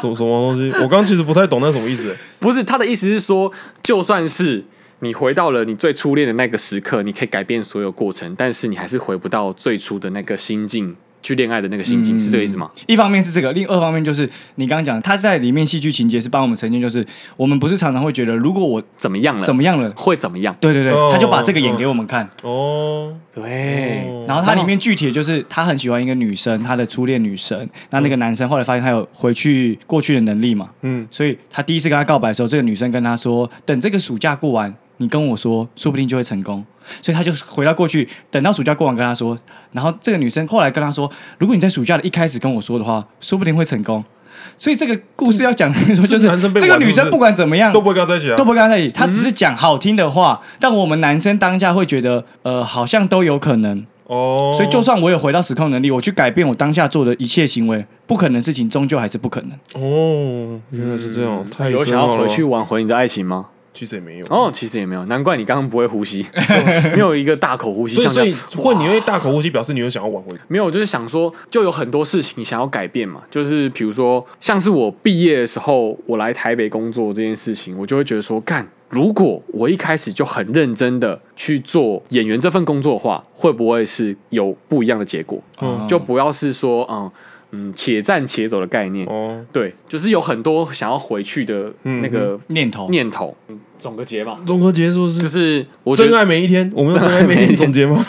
Speaker 2: 什么什么东西？我刚刚其实不太懂那什么意思。欸
Speaker 1: 不是他的意思是说，就算是你回到了你最初恋的那个时刻，你可以改变所有过程，但是你还是回不到最初的那个心境去恋爱的那个心境，是这个意思吗？
Speaker 3: 嗯一方面是这个，另二方面就是你刚刚讲，他在里面戏剧情节是帮我们呈现，就是我们不是常常会觉得，如果我
Speaker 1: 怎么样了？哦
Speaker 3: 怎么样了，
Speaker 1: 会怎么样？
Speaker 3: 对对对，
Speaker 2: 哦
Speaker 3: 他就把这个演给我们看。
Speaker 2: 哦，
Speaker 1: 对，
Speaker 3: 然后它里面具体的就是他很喜欢一个女生，他的初恋女生。那那个男生后来发现他有回去过去的能力嘛，嗯
Speaker 2: 嗯，
Speaker 3: 所以他第一次跟他告白的时候，这个女生跟他说：“等这个暑假过完，你跟我说，说不定就会成功。”所以他就回到过去，等到暑假过完跟他说。然后这个女生后来跟他说：“如果你在暑假的一开始跟我说的话，说不定会成功。”所以这个故事要讲的说，就是
Speaker 2: 这男生被
Speaker 3: 这个
Speaker 2: 玩是
Speaker 3: 女
Speaker 2: 不是
Speaker 3: 生不管怎么样
Speaker 2: 都不会跟他在一起啊
Speaker 3: 都。不会跟他在一起，他只是讲好听的话，但我们男生当下会觉得，呃，好像都有可能，
Speaker 2: 哦，
Speaker 3: 所以就算我有回到时空能力，我去改变我当下做的一切行为，不可能的事情终究还是不可能。
Speaker 2: 哦，原来是这样，太
Speaker 1: 有
Speaker 2: 深
Speaker 1: 想要
Speaker 2: 奥了
Speaker 1: 回去，挽回你的爱情吗？
Speaker 2: 其实也没有。
Speaker 1: 哦，其实也没有，难怪你刚刚不会呼 吸，没有一个大口呼吸，
Speaker 2: 所以
Speaker 1: 像这
Speaker 2: 所以
Speaker 1: 样。
Speaker 2: 会你会大口呼吸，表示你会想要挽回。
Speaker 1: 没有，我就是想说，就有很多事情想要改变嘛。就是比如说，像是我毕业的时候，我来台北工作这件事情，我就会觉得说，干，如果我一开始就很认真的去做演员这份工作的话，会不会是有不一样的结果？
Speaker 2: 嗯
Speaker 1: 就不要是说，嗯嗯，且战且走的概念。
Speaker 2: 哦，
Speaker 1: 对，就是有很多想要回去的那个
Speaker 3: 念头，
Speaker 1: 念头。嗯总个结吧，
Speaker 2: 综合结束
Speaker 1: 就是是我觉得
Speaker 2: 真爱每一天，我们用
Speaker 1: 真
Speaker 2: 真
Speaker 1: 爱
Speaker 2: 爱
Speaker 1: 每
Speaker 2: 每
Speaker 1: 一天
Speaker 2: 一天总结吗？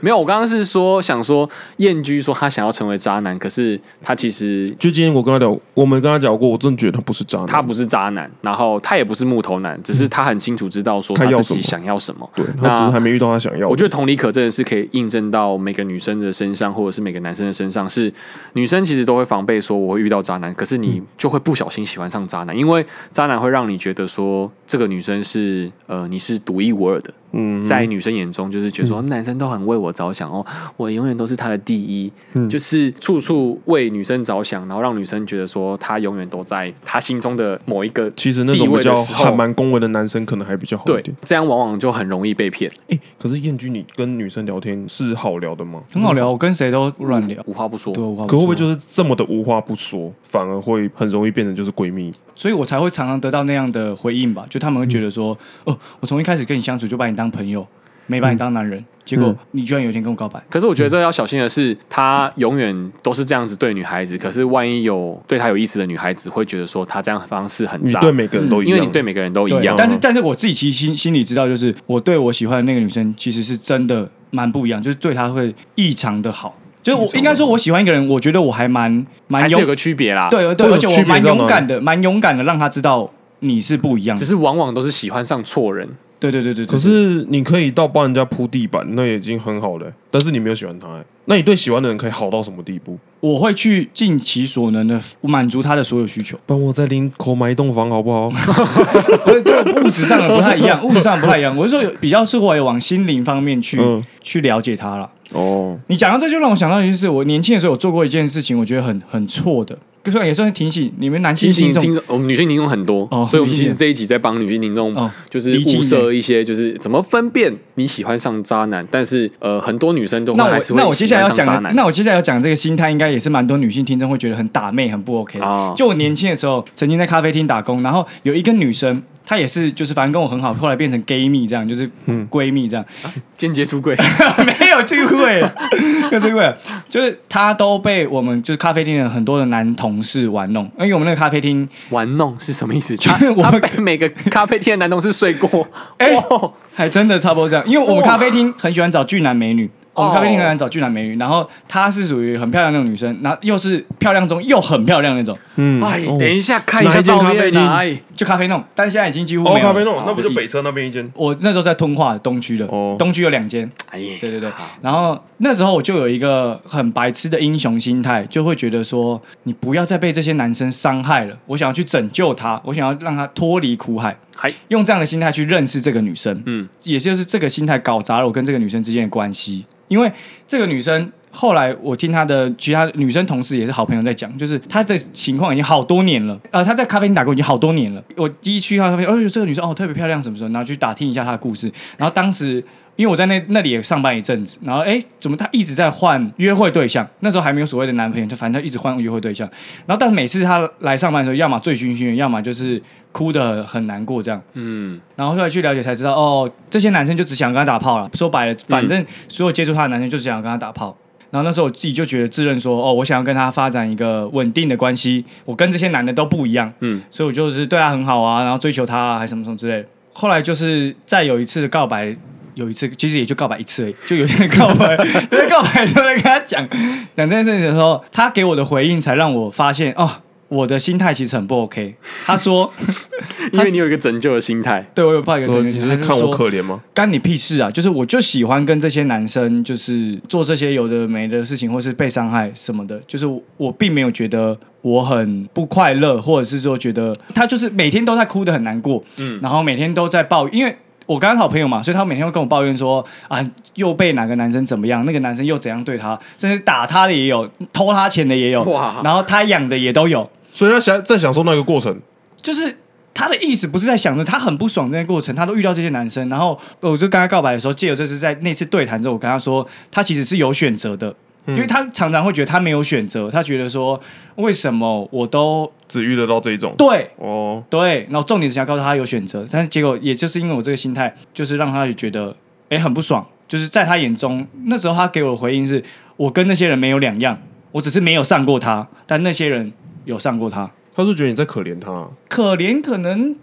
Speaker 1: 没有，我刚刚是说想说燕居说他想要成为渣男，可是他其实
Speaker 2: 就今天我跟他聊，我们跟他聊过，我真的觉得他不是渣男，
Speaker 1: 他不是渣男，然后他也不是木头男，只是他很清楚知道说
Speaker 2: 他要
Speaker 1: 自
Speaker 2: 什
Speaker 1: 己
Speaker 2: 么
Speaker 1: 想要什么。
Speaker 2: 对
Speaker 1: 那
Speaker 2: 他只是还没遇到他想要的。
Speaker 1: 我觉得同理可证的是可以印证到每个女生的身上，或者是每个男生的身上，是女生其实都会防备说我会遇到渣男，可是
Speaker 2: 嗯
Speaker 1: 你就会不小心喜欢上渣男，因为渣男会让你觉得说这个女生是呃你是独一无二的，
Speaker 2: 嗯，
Speaker 1: 在女生眼中就是觉得说男生都很为我着想哦，我永远都是他的第一，
Speaker 2: 嗯
Speaker 1: 就是处处为女生着想，然后让女生觉得说他永远都在他心中的某一个
Speaker 2: 其实那
Speaker 1: 地
Speaker 2: 种
Speaker 1: 位
Speaker 2: 比较
Speaker 1: 的时
Speaker 2: 还
Speaker 1: 候，
Speaker 2: 蛮恭维的男生，可能还比较好一
Speaker 1: 对
Speaker 2: 点。，
Speaker 1: 这样往往就很容易被骗，
Speaker 2: 哎，可是燕君，你跟女生聊天是好聊的吗？
Speaker 3: 很好聊，我跟谁都乱聊。
Speaker 1: 嗯无话不说
Speaker 3: 对，。我
Speaker 2: 可会不会
Speaker 3: 是？
Speaker 2: 就是这么的无话不说，反而会很容易变成就是闺蜜？
Speaker 3: 所以我才会常常得到那样的回应吧？就他们会觉得说，哦，我从一开始跟你相处就把你当朋友，没把你当男人，结果你居然有一天跟我告白，
Speaker 1: 可是我觉得这要小心的是，他永远都是这样子对女孩子，可是万一有对他有意思的女孩子会觉得说他这样的方式很
Speaker 2: 你
Speaker 1: 渣，嗯
Speaker 2: 对每个人都一
Speaker 1: 因
Speaker 2: 样，
Speaker 1: 为你对每个人都一
Speaker 3: 对
Speaker 1: 样。。啊
Speaker 3: 但是但是我自己其实心心里知道，就是我对我喜欢的那个女生其实是真的蛮不一样，就是对她会异常的好。就是我应该说，我喜欢一个人，我觉得我还蛮蛮
Speaker 1: 还是
Speaker 3: 勇
Speaker 1: 有个区别啦，，
Speaker 3: 对对，
Speaker 2: 会有
Speaker 3: 而且我
Speaker 2: 区别
Speaker 3: 蛮
Speaker 2: 到
Speaker 3: 勇
Speaker 2: 哪
Speaker 3: 敢的，蛮勇敢的，让他知道你是不一样
Speaker 1: 只
Speaker 3: 的。
Speaker 1: 是往往都是喜欢上错人，
Speaker 3: 对对对对对。
Speaker 2: 可是你可以到帮人家铺地板，那已经很好了、但是你没有喜欢他、欸，那你对喜欢的人可以好到什么地步？，
Speaker 3: 我会去尽其所能的满足他的所有需求
Speaker 2: 帮我在林口买一栋房好 不好？
Speaker 3: 不是就物质上的不太一样，物质上不太一样。我是说有比较是会往心灵方面去、
Speaker 2: 嗯
Speaker 3: 去了解他了。
Speaker 2: 哦，
Speaker 3: 你讲到这就让我想到一件事，我年轻的时候有做过一件事情，我觉得很很错的，就算也算是提醒你们男性
Speaker 1: 女性
Speaker 3: 听众
Speaker 1: 听众，我们女性听众很多
Speaker 3: 哦，
Speaker 1: 所以我们
Speaker 3: 女
Speaker 1: 其实
Speaker 3: 性听众
Speaker 1: 这一集在帮女性听众
Speaker 3: 哦，
Speaker 1: 就是
Speaker 3: 理清
Speaker 1: 物色一些，就是怎么分辨你喜欢上渣男。但是呃，很多女生都会
Speaker 3: 那我
Speaker 1: 还是
Speaker 3: 那
Speaker 1: 会
Speaker 3: 我接
Speaker 1: 喜
Speaker 3: 下来
Speaker 1: 欢
Speaker 3: 要
Speaker 1: 上渣
Speaker 3: 讲的，
Speaker 1: 男。
Speaker 3: 那我接下来要讲的这个心态，应该也是蛮多女性听众会觉得很打妹，很不 OK 的。
Speaker 1: 哦
Speaker 3: 就我年轻的时候，曾经在咖啡厅打工，然后有一个女生，她也是就是反正跟我很好，后来变成 gay 蜜这样，就是闺蜜这样，
Speaker 1: 间接 出柜，
Speaker 3: 没有这个会，有这个会，就是她都被我们就是咖啡厅的很多的男同事玩弄，因为我们那个咖啡厅，
Speaker 1: 玩弄是什么意 思？
Speaker 3: 就
Speaker 1: 他
Speaker 3: 是我
Speaker 1: 他被每个咖啡厅的男同事睡 过，
Speaker 3: 哎
Speaker 1: 哇
Speaker 3: 还真的差不多这样，因为我们
Speaker 1: 哇
Speaker 3: 咖啡厅很喜欢找俊男美女。我们
Speaker 1: 哦
Speaker 3: 咖啡厅很喜欢找俊男美女，然后她是属于很漂亮那种女生，然后又是漂亮中又很漂亮那种，
Speaker 2: 嗯，
Speaker 1: 哎，
Speaker 2: 哦
Speaker 1: 等一下看一
Speaker 2: 哪
Speaker 1: 下
Speaker 2: 一间
Speaker 1: 照
Speaker 2: 咖啡
Speaker 1: 片
Speaker 2: 厅
Speaker 1: 啊，哎
Speaker 3: 就咖啡弄，但现在已经几乎没有
Speaker 2: 哦，
Speaker 3: 了
Speaker 2: 咖啡弄，那不就
Speaker 3: 好
Speaker 2: 北车那边一间？
Speaker 3: 我那时候在通化东区的，
Speaker 2: 哦
Speaker 3: 东区有两间，
Speaker 1: 哎呀，
Speaker 3: 对对对
Speaker 1: 好。
Speaker 3: 然后那时候我就有一个很白痴的英雄心态，就会觉得说，你不要再被这些男生伤害了，我想要去拯救他，我想要让他脱离苦海。
Speaker 1: 嗨，
Speaker 3: 用这样的心态去认识这个女生，嗯
Speaker 1: 嗯，
Speaker 3: 也就是这个心态搞砸了我跟这个女生之间的关系，因为这个女生。后来我听她的其他女生同事也是好朋友在讲，就是她的情况已经好多年了，呃，她在咖啡厅打工已经好多年了。我第一去她咖啡厅，哦，这个女生哦特别漂亮，什么时候？然后去打听一下她的故事。然后当时因为我在那那里也上班一阵子，然后哎，怎么她一直在换约会对象？那时候还没有所谓的男朋友，就反正她一直换约会对象。然后但每次她来上班的时候，要么醉醺醺的，要么就是哭的很难过这样。
Speaker 1: 嗯，
Speaker 3: 然后后来去了解才知道，哦，这些男生就只想跟他打炮了。说白了，反正所有接触他的男生就只想跟他打炮。然后那时候我自己就觉得自认说，哦，我想要跟他发展一个稳定的关系，我跟这些男的都不一样，嗯
Speaker 1: 嗯，
Speaker 3: 所以我就是对他很好啊，然后追求他啊，还什么什么之类的。后来就是再有一次告白，有一次其实也就告白一次而已，就有一次告白，有一次告白的时候在跟他讲讲这件事情的时候，他给我的回应才让我发现，哦，我的心态其实很不 OK。他说，
Speaker 1: 因为你有一个拯救的心态，
Speaker 3: 对我有抱一个
Speaker 2: 呃
Speaker 3: 真
Speaker 2: 你
Speaker 3: 的
Speaker 2: 是看我可怜吗？
Speaker 3: 干你屁事啊！就是我就喜欢跟这些男生，就是做这些有的没的事情，或是被伤害什么的。就是我我并没有觉得我很不快乐，或者是说觉得他就是每天都在哭的很难过，嗯，然后每天都在抱怨，因为。我刚刚好朋友嘛，所以他每天会跟我抱怨说啊，又被哪个男生怎么样，那个男生又怎样对他，甚至打他的也有，偷他钱的也有，
Speaker 1: 哇
Speaker 3: 然后他养的也都有，
Speaker 2: 所以他想在享受那个过程，
Speaker 3: 就是他的意思不是在想着他很不爽这些过程，他都遇到这些男生，然后我就跟他告白的时候，借由这次在那次对谈之后，我跟他说，他其实是有选择的，因为他常常会觉得他没有选择，他觉得说为什么我都
Speaker 2: 只遇得到这一种。
Speaker 3: 对。
Speaker 2: 哦，
Speaker 3: 对，然后重点是想告诉他有选择，但是结果也就是因为我这个心态，就是让他觉得哎很不爽，就是在他眼中，那时候他给我的回应是我跟那些人没有两样，我只是没有上过他，但那些人有上过他。
Speaker 2: 他是觉得你在可怜他、
Speaker 3: 可怜可能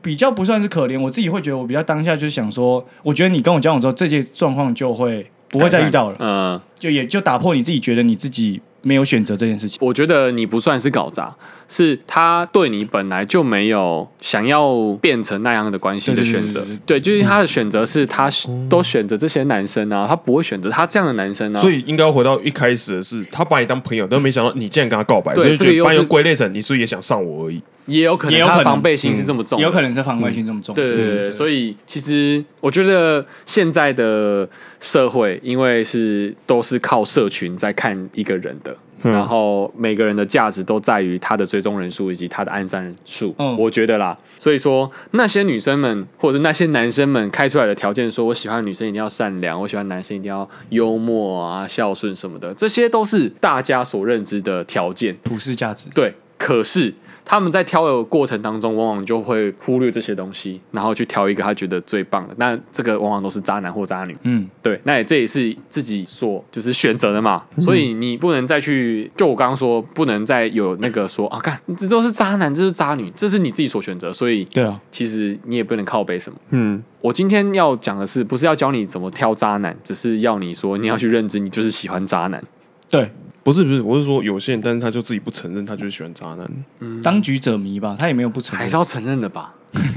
Speaker 3: 比较不算是可怜，我自己会觉得我比较当下就是想说，我觉得你跟我交往之后，这些状况就会不会再遇到了，
Speaker 1: 嗯。
Speaker 3: 就也就打破你自己觉得你自己没有选择这件事情。
Speaker 1: 我觉得你不算是搞砸，是他对你本来就没有想要变成那样的关系的选择
Speaker 3: 对对。嗯
Speaker 1: 对，就是他的选择是他都选择这些男生啊，他不会选择他这样的男生啊。
Speaker 2: 所
Speaker 1: 以
Speaker 2: 以应该回到一开始的是，他把你当朋友，但没想到你竟然跟他告白，所
Speaker 1: 对
Speaker 2: 以
Speaker 1: 这
Speaker 2: 就觉
Speaker 1: 个
Speaker 2: 得
Speaker 1: 又
Speaker 2: 把你
Speaker 1: 是
Speaker 2: 归类成你是不是也想上我而已？
Speaker 1: 也有可
Speaker 3: 也
Speaker 1: 能
Speaker 3: 有可
Speaker 1: 他
Speaker 3: 能
Speaker 1: 的防备
Speaker 2: 嗯
Speaker 1: 心是这么重的，
Speaker 3: 也有可能是防卫心这么重。
Speaker 1: 对对对对，所以其实我觉得现在的社会，因为是都是靠社群在看一个人的，
Speaker 2: 嗯
Speaker 1: 然后每个人的价值都在于他的追踪人数以及他的按赞人数。
Speaker 3: 嗯
Speaker 1: 我觉得啦，所以说那些女生们或者是那些男生们开出来的条件，说我喜欢的女生一定要善良，我喜欢男生一定要幽默啊、孝顺什么的，这些都是大家所认知的条件。
Speaker 3: 普世价值。
Speaker 1: 对，可是他们在挑的过程当中，往往就会忽略这些东西，然后去挑一个他觉得最棒的。那这个往往都是渣男或渣女。
Speaker 3: 嗯，
Speaker 1: 对，那也这也是自己所就是选择的嘛，所以你不能再去，就我刚刚说，不能再有那个说啊，干这都是渣男，这是渣女，这是你自己所选择，所以
Speaker 3: 对啊，
Speaker 1: 其实你也不能靠背什么。
Speaker 2: 嗯，
Speaker 1: 我今天要讲的是，不是要教你怎么挑渣男，只是要你说你要去认知，你就是喜欢渣男。
Speaker 3: 对，
Speaker 2: 不是不是，我是说有些人，但是他就自己不承认，他就是喜欢渣男。
Speaker 3: 当局者迷吧，他也没有不
Speaker 1: 嗯
Speaker 3: 承
Speaker 1: 还
Speaker 3: 认
Speaker 1: 是，要承认的吧？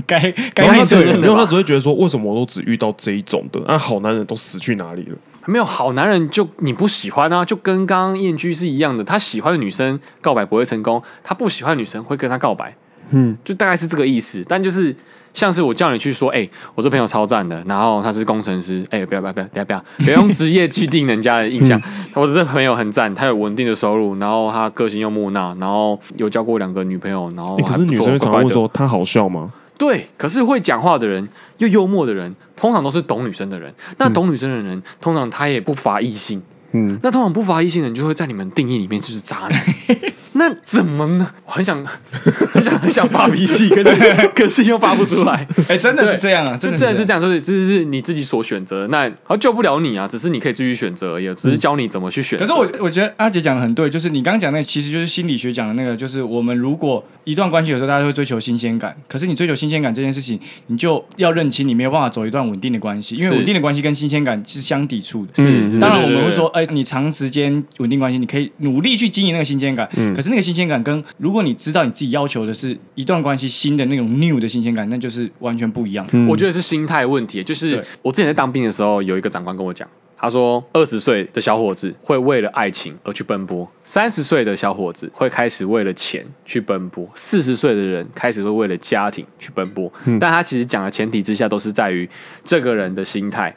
Speaker 3: 该该
Speaker 2: 然后
Speaker 1: 还
Speaker 2: 他
Speaker 1: 是
Speaker 2: 只
Speaker 1: 承认的吧
Speaker 2: 有没有，他只会觉得说，为什么我都只遇到这一种的？那、好男人都死去哪里了？
Speaker 1: 没有好男人就你不喜欢啊，就跟刚刚燕居是一样的。他喜欢的女生告白不会成功，他不喜欢的女生会跟他告白，嗯，就大概是这个意思。但就是像是我叫你去说，哎、我这朋友超赞的，然后他是工程师，哎、不要不要不要，不要不要，别用职业既定人家的印 象。
Speaker 2: 嗯
Speaker 1: 我的这朋友很赞，他有稳定的收入，然后他个性又木讷，然后有交过两个女朋友，然后
Speaker 2: 哎、可
Speaker 1: 哦还
Speaker 2: 是
Speaker 1: 不
Speaker 2: 女
Speaker 1: 错
Speaker 2: 生
Speaker 1: 乖
Speaker 2: 会常
Speaker 1: 乖
Speaker 2: 问
Speaker 1: 的
Speaker 2: 说，他好笑吗？
Speaker 1: 对，可是会讲话的人又幽默的人，通常都是懂女生的人。那
Speaker 3: 嗯
Speaker 1: 懂女生的人，通常他也不乏异性。
Speaker 2: 嗯，
Speaker 1: 那通常不乏异性的人，就会在你们定义里面就是渣男。 那怎么呢？我很想， 很想，很想发脾气，可是 可是又发不出来。
Speaker 3: 哎、真的是这样啊，
Speaker 1: 就
Speaker 3: 真的
Speaker 1: 真的是
Speaker 3: 是这样。
Speaker 1: 这样，所以这是你自己所选择的，那好救不了你啊，只是你可以继续选择而已，啊只是教你怎么去选择。
Speaker 3: 可是我我觉得阿杰讲的很对，就是你刚刚讲那个，其实就是心理学讲的那个，就是我们如果一段关系有时候大家会追求新鲜感，可是你追求新鲜感这件事情，你就要认清你没有办法走一段稳定的关系，因
Speaker 1: 是
Speaker 3: 为稳定的关系跟新鲜感是相抵触的。
Speaker 1: 是，
Speaker 3: 当然，我们
Speaker 1: 对
Speaker 3: 会说，，哎、你长时间稳定关系，你可以努力去经营那个新鲜感。
Speaker 1: 嗯
Speaker 3: 可是那个新鲜感跟如果你知道你自己要求的是一段关系新的那种 new 的新鲜感，那就是完全不一样。
Speaker 1: 对对对我觉得是心态问题。就是
Speaker 3: 对
Speaker 1: 我之前在当兵的时候，有一个长官跟我讲，他说二十岁的小伙子会为了爱情而去奔波，三十岁的小伙子会开始为了钱去奔波，四十岁的人开始会为了家庭去奔波。但他其实讲的前提之下，都是在于这个人的心态，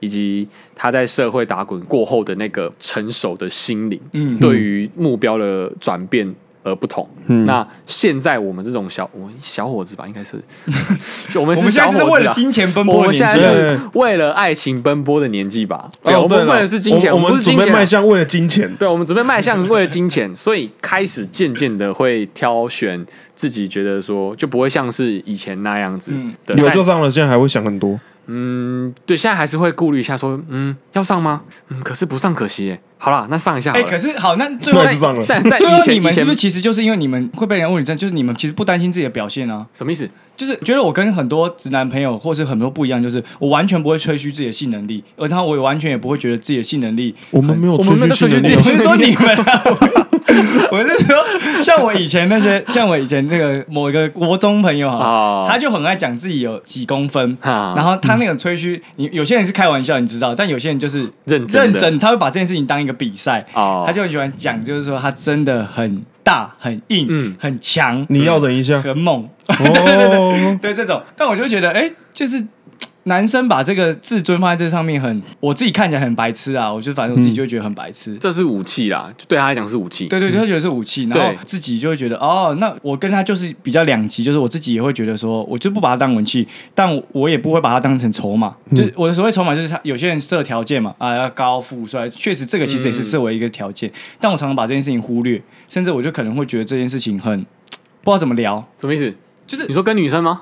Speaker 1: 以及他在社会打滚过后的那个成熟的心灵，
Speaker 3: 嗯
Speaker 1: 对于目标的转变。而不同。
Speaker 3: 嗯
Speaker 1: 那现在我们这种小我们小伙子吧，应该是 就我们
Speaker 3: 我
Speaker 1: 是
Speaker 3: 们现
Speaker 1: 小伙
Speaker 3: 在是
Speaker 1: 子
Speaker 3: 为了
Speaker 1: 啦
Speaker 3: 金钱奔
Speaker 1: 我
Speaker 3: 波的
Speaker 1: 们现
Speaker 3: 年
Speaker 1: 在
Speaker 3: 纪
Speaker 2: 对
Speaker 1: 是为了爱情奔波的年纪吧？对，
Speaker 2: 哦
Speaker 1: 哎我
Speaker 2: 对
Speaker 1: 们
Speaker 2: 了
Speaker 1: 为的是金钱，
Speaker 2: 我
Speaker 1: 们
Speaker 2: 们
Speaker 1: 不是
Speaker 2: 准
Speaker 1: 金
Speaker 2: 备
Speaker 1: 钱
Speaker 2: 迈
Speaker 1: 啊。
Speaker 2: 向为了金钱。
Speaker 1: 对，我们准备迈向为了金钱， 所以开始渐渐的会挑选自己觉得说，就不会像是以前那样子
Speaker 3: 嗯
Speaker 1: 的。
Speaker 2: 有
Speaker 1: 但
Speaker 2: 就上了，现在还会想很多。
Speaker 1: 嗯，对，现在还是会顾虑一下，说，嗯，要上吗？嗯，可是不上可惜耶。好啦，那上一下好
Speaker 3: 哎、
Speaker 1: 了。
Speaker 3: 可是好，那最后
Speaker 2: 那也是上了，
Speaker 1: 但但
Speaker 3: 最
Speaker 1: 以
Speaker 3: 后
Speaker 1: 前
Speaker 3: 你们
Speaker 1: 以
Speaker 3: 是
Speaker 1: 前
Speaker 3: 不是其实就是因为你们会被人家问你这样，就是你们其实不担心自己的表现啊？
Speaker 1: 什么意思？
Speaker 3: 就是觉得我跟很多直男朋友或是很多不一样，就是我完全不会吹嘘自己的性能力，而他我也完全也不会觉得自己的性能力
Speaker 2: 我们没有
Speaker 1: 我们没有
Speaker 2: 出去
Speaker 1: 出去
Speaker 2: 训
Speaker 1: 自己
Speaker 2: 练
Speaker 3: 我是说 你们、啊，我我是说，像我以前那些，像我以前那个某一个国中朋友
Speaker 1: 哦
Speaker 3: 啊，他就很爱讲自己有几公分，
Speaker 1: 啊
Speaker 3: 然后他那种吹嘘，你有些人是开玩笑，你知道，但有些人就是
Speaker 1: 认真的
Speaker 3: 认真，他会把这件事情当一个比赛，
Speaker 1: 哦，
Speaker 3: 他就很喜欢讲，就是说他真的很大、很硬、
Speaker 1: 嗯
Speaker 3: 很强、
Speaker 2: 你要忍一 下。
Speaker 3: 很猛，
Speaker 2: 哦，
Speaker 3: 对这种，但我就觉得，哎，就是。男生把这个自尊放在这上面很，我自己看起来很白痴啊，我就反正
Speaker 1: 嗯
Speaker 3: 我自己就会觉得很白痴。
Speaker 1: 这是武器啦，就对他来讲是武器。
Speaker 3: 对对，就会觉得是武器，然后
Speaker 1: 嗯对
Speaker 3: 自己就会觉得哦，那我跟他就是比较两极，就是我自己也会觉得说，我就不把他当武器，但我也不会把他当成筹码。
Speaker 1: 嗯
Speaker 3: 就是我的所谓筹码，就是他有些人设条件嘛，啊，要高富帅，确实这个其实也是设为一个条件，但我常常把这件事情忽略，甚至我就可能会觉得这件事情很不知道怎么聊，
Speaker 1: 什么意思？
Speaker 3: 就是
Speaker 1: 你说跟女生吗？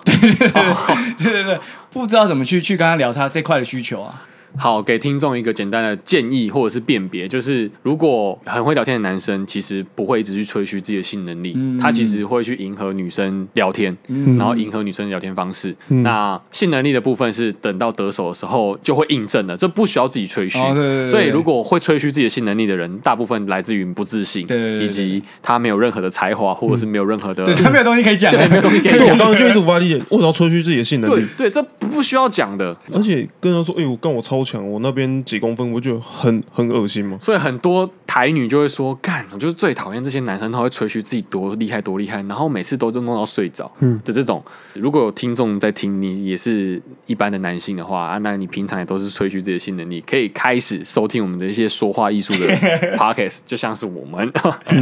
Speaker 3: 对对对，不知道怎么去去跟他聊他这块的需求啊。
Speaker 1: 好，给听众一个简单的建议或者是辨别，就是如果很会聊天的男生，其实不会一直去吹嘘自己的性能力，
Speaker 3: 嗯
Speaker 1: 他其实会去迎合女生聊天，然后迎合女生的聊天方式。
Speaker 3: 嗯
Speaker 1: 那性能力的部分是等到得手的时候就会印证的，这不需要自己吹嘘。
Speaker 3: 哦对对对对
Speaker 1: 所以如果会吹嘘自己的性能力的人，大部分来自于不自信，
Speaker 3: 对对对对
Speaker 1: 以及他没有任何的才华，或者是没有任何的。
Speaker 3: 对他没有东西可以讲，
Speaker 1: 嗯 对，没有东 西可以
Speaker 2: 对，我
Speaker 1: 讲。啊
Speaker 2: 当时就一直无法理解，为什么要吹嘘自己的性能
Speaker 1: 对
Speaker 2: 力？
Speaker 1: 对，这不不需要讲的。
Speaker 2: 而且跟他说：“哎、我干我超强，我那边几公分，我就很很恶心嘛。
Speaker 1: 所以很多台女就会说：“干，我就是最讨厌这些男生，他会吹嘘自己多厉害多厉害，然后每次都都弄到睡着的这种。如果有听众在听，你也是一般的男性的话啊，那你平常也都是吹嘘自己的性能力，可以开始收听我们的一些说话艺术的 podcast，就像是我们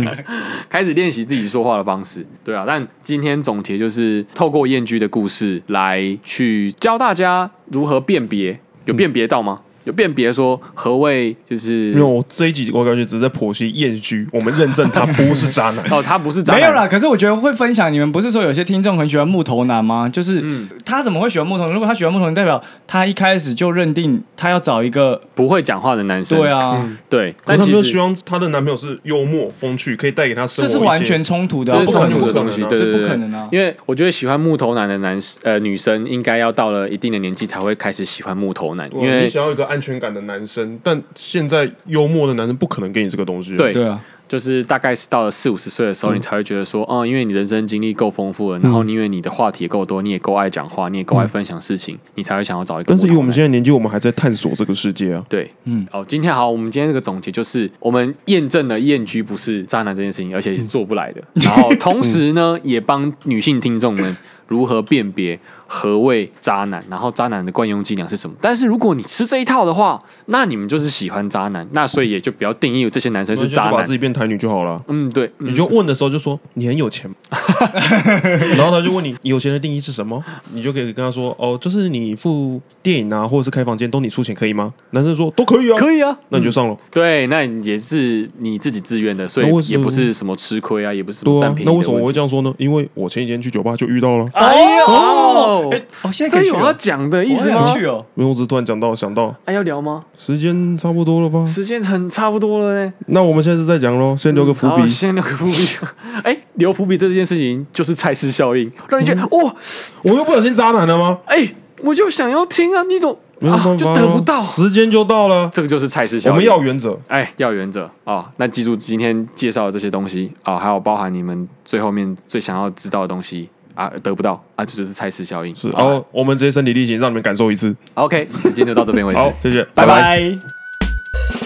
Speaker 1: 开始练习自己说话的方式，对啊。但今天总结就是透过燕居的故事来去教大家如何辨别，有辨别到吗？”有辨别说何谓就是。
Speaker 2: 因为我这一集我感觉只是在剖析艳虚，我们认证他不是渣男
Speaker 1: 哦，他不是渣
Speaker 3: 没
Speaker 1: 男
Speaker 3: 有啦，可是我觉得会分享。你们不是说有些听众很喜欢木头男吗？就是、
Speaker 1: 嗯
Speaker 3: 他怎么会喜欢木头男？如果他喜欢木头男，代表他一开始就认定他要找一个
Speaker 1: 不会讲话的男生。
Speaker 3: 对，啊，
Speaker 1: 对，
Speaker 2: 但
Speaker 1: 但
Speaker 2: 他
Speaker 1: 其
Speaker 2: 没有
Speaker 1: 实
Speaker 2: 希望她的男朋友是幽默风趣，可以带给她生活一
Speaker 3: 这是
Speaker 2: 些
Speaker 3: 完全冲突的、啊，
Speaker 1: 这是
Speaker 2: 不
Speaker 1: 冲
Speaker 2: 可能
Speaker 1: 突的
Speaker 2: 不可能
Speaker 1: 东西，
Speaker 2: 啊
Speaker 1: 对对
Speaker 3: 这
Speaker 1: 对，
Speaker 3: 不可能啊
Speaker 1: 因为我觉得喜欢木头男的男呃女生，应该要到了一定的年纪才会开始喜欢木头男，
Speaker 2: 对啊
Speaker 1: 因
Speaker 2: 你
Speaker 1: 为
Speaker 2: 想要一个安安全感的男生，但现在幽默的男生不可能给你这个东西。
Speaker 1: 对
Speaker 3: 对啊，
Speaker 1: 就是大概是到了四五十岁的时
Speaker 2: 嗯
Speaker 1: 候，你才会觉得说，哦、因为你人生经历够丰富了，然后你因为你的话题也够多，你也够爱讲话，你也够爱
Speaker 2: 嗯
Speaker 1: 分享事情，你才会想要找一个。
Speaker 2: 但是以我们现在年纪，我们还在探索这个世界啊。
Speaker 1: 对，
Speaker 3: 嗯
Speaker 1: 嗯，哦，今天好，我们今天这个总结就是，我们验证了燕居不是渣男这件事情，而且是做不 来的。然后同时呢，也帮女性听众们如何辨别何谓渣男，然后渣男的惯用伎俩是什么。但是如果你吃这一套的话，那你们就是喜欢渣男，那所以也就不要定义这些男生是渣
Speaker 2: 那就把
Speaker 1: 男
Speaker 2: 自。己变台女就好了。
Speaker 1: 嗯，对，嗯
Speaker 2: 你就问的时候就说你很有钱吗， 然后他就问你有钱的定义是什么，你就可以跟他说哦，就是你付电影啊，或者是开房间都你出钱可以吗？男生说都可以啊，
Speaker 1: 可以啊。
Speaker 2: 那你就上了。
Speaker 1: 对，那也是你自己自愿的，所
Speaker 2: 那为
Speaker 1: 以
Speaker 2: 什
Speaker 1: 也
Speaker 2: 么
Speaker 1: 不是什么吃亏啊，也不是什么
Speaker 2: 对
Speaker 1: 占
Speaker 2: 啊，
Speaker 1: 便宜的
Speaker 2: 那
Speaker 1: 问
Speaker 2: 为
Speaker 1: 题。
Speaker 2: 什么我会这样说呢？因为我前几天去酒吧就遇到了，
Speaker 1: 哎
Speaker 3: 哦
Speaker 1: 呦，
Speaker 3: 哎哦，现在可
Speaker 1: 这
Speaker 3: 以去
Speaker 1: 有要
Speaker 3: 哦，
Speaker 1: 讲的意
Speaker 3: 我
Speaker 1: 思
Speaker 3: 想
Speaker 1: 吗？
Speaker 3: 去哦，
Speaker 2: 因为我只是突然讲到想到
Speaker 1: 还要聊吗？
Speaker 2: 时间差不多了吧？
Speaker 1: 时间很差不多了呢，
Speaker 2: 那我们现在是在讲喽，先留个伏笔
Speaker 1: 好。嗯啊先留个伏笔。 哎，留伏笔这件事情就是蔡氏效应，让你觉得
Speaker 2: 嗯
Speaker 1: 哇，
Speaker 2: 我又不小心渣男了吗？
Speaker 1: 哎，我就想要听啊，你总
Speaker 2: 没有
Speaker 1: 啊
Speaker 2: 办
Speaker 1: 就
Speaker 2: 法
Speaker 1: 得
Speaker 2: 咯
Speaker 1: 不到，
Speaker 2: 时间就到了，
Speaker 1: 这个就是蔡氏效
Speaker 2: 我
Speaker 1: 应。
Speaker 2: 们要原则。
Speaker 1: 哎，要原则啊、哦那记住今天介绍的这些东西啊、还有包含你们最后面最想要知道的东西啊，得不到啊，这就是蔡氏效应。
Speaker 2: 是，然
Speaker 1: 好啊吧
Speaker 2: 后我们直接身体力行，让你们感受一次。
Speaker 1: ，OK，今天就到这边为止。
Speaker 2: 好，谢谢，
Speaker 1: 拜拜
Speaker 3: 拜。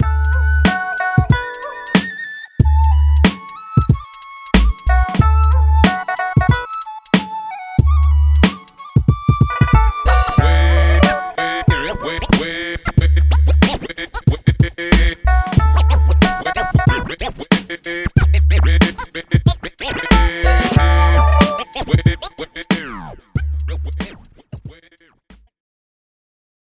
Speaker 4: Wait, wait, wait, wait.